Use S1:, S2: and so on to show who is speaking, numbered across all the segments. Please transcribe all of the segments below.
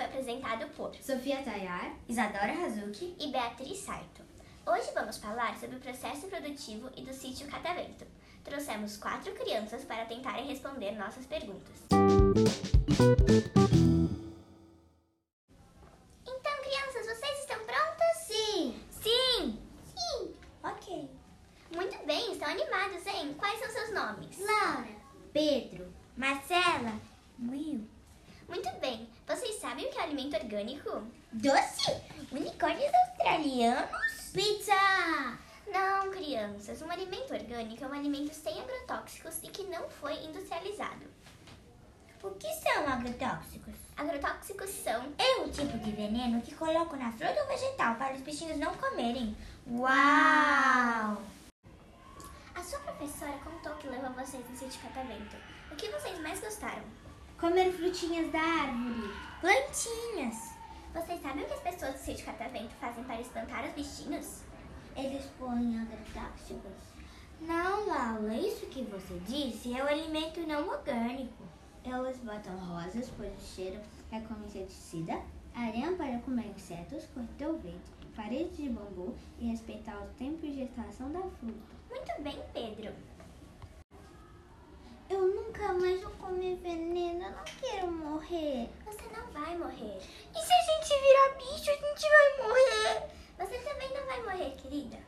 S1: apresentado por
S2: Sofia Tayar,
S3: Isadora Hazuki.
S1: e Beatriz Saito. Hoje vamos falar sobre o processo produtivo e do sítio Catavento. Trouxemos quatro crianças para tentarem responder nossas perguntas. Então, crianças, vocês estão prontas? Sim! Sim! Sim!
S3: Ok.
S1: Muito bem, estão animados, hein? Quais são seus nomes?
S3: Laura, Pedro, Marcela, Will.
S1: Muito bem, vocês sabem o que é alimento orgânico?
S3: Doce? Unicórnios australianos?
S2: Pizza!
S1: Não, crianças, um alimento orgânico é um alimento sem agrotóxicos e que não foi industrializado.
S3: O que são agrotóxicos?
S1: Agrotóxicos são.
S3: É um tipo de veneno que colocam na fruta ou vegetal para os bichinhos não comerem.
S2: Uau!
S1: A sua professora contou que levou vocês no sítio catavento. O que vocês mais gostaram?
S2: Comer frutinhas da árvore.
S3: Plantinhas.
S1: Vocês sabem o que as pessoas do sítio catavento fazem para espantar os bichinhos?
S3: Eles põem agrotóxicos? Não, Laura, isso que você disse é o alimento não orgânico.
S2: Elas botam rosas, pois o cheiro é como inseticida, areia para comer insetos, cortou verde, parede de bambu e respeitar o tempo de gestação da fruta.
S1: Muito bem, Pedro.
S3: Eu nunca mais vou comer veneno, eu não quero morrer.
S1: Você não vai morrer.
S3: E se a gente virar bicho, a gente vai morrer.
S1: Você também não vai morrer, querida.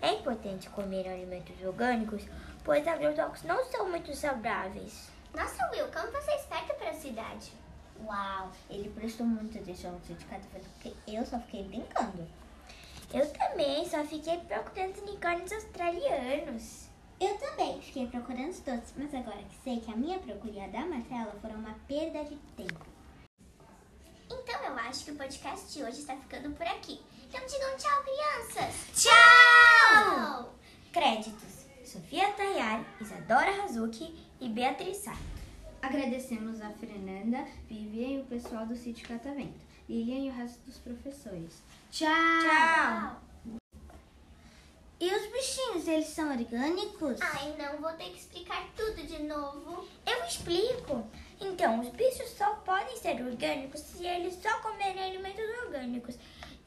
S3: É importante comer alimentos orgânicos, pois agrotóxicos não são muito saudáveis.
S1: Nossa, Will, como você é esperto para a cidade.
S2: Uau, ele prestou muita atenção no certificado porque eu só fiquei brincando.
S3: Eu também só fiquei procurando unicórnios australianos.
S2: Eu também fiquei procurando os todos, mas agora que sei que a minha procura e a da Marcela foram uma perda de tempo.
S1: Então eu acho que o podcast de hoje está ficando por aqui. Então digam tchau, crianças! Tchau!
S3: Créditos: Sofia Tayar, Isadora Hazuki e Beatriz Sato.
S2: Agradecemos a Fernanda, Vivian e o pessoal do Sítio Catavento, Lilian e o resto dos professores. Tchau!
S3: Tchau! E os bichinhos, eles são orgânicos?
S1: Ai, não, vou ter que explicar tudo de novo.
S3: Eu explico. Então, os bichos só podem ser orgânicos se eles só comerem alimentos orgânicos.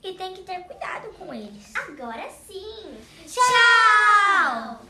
S3: E tem que ter cuidado com eles.
S1: Agora sim!
S3: Tchau!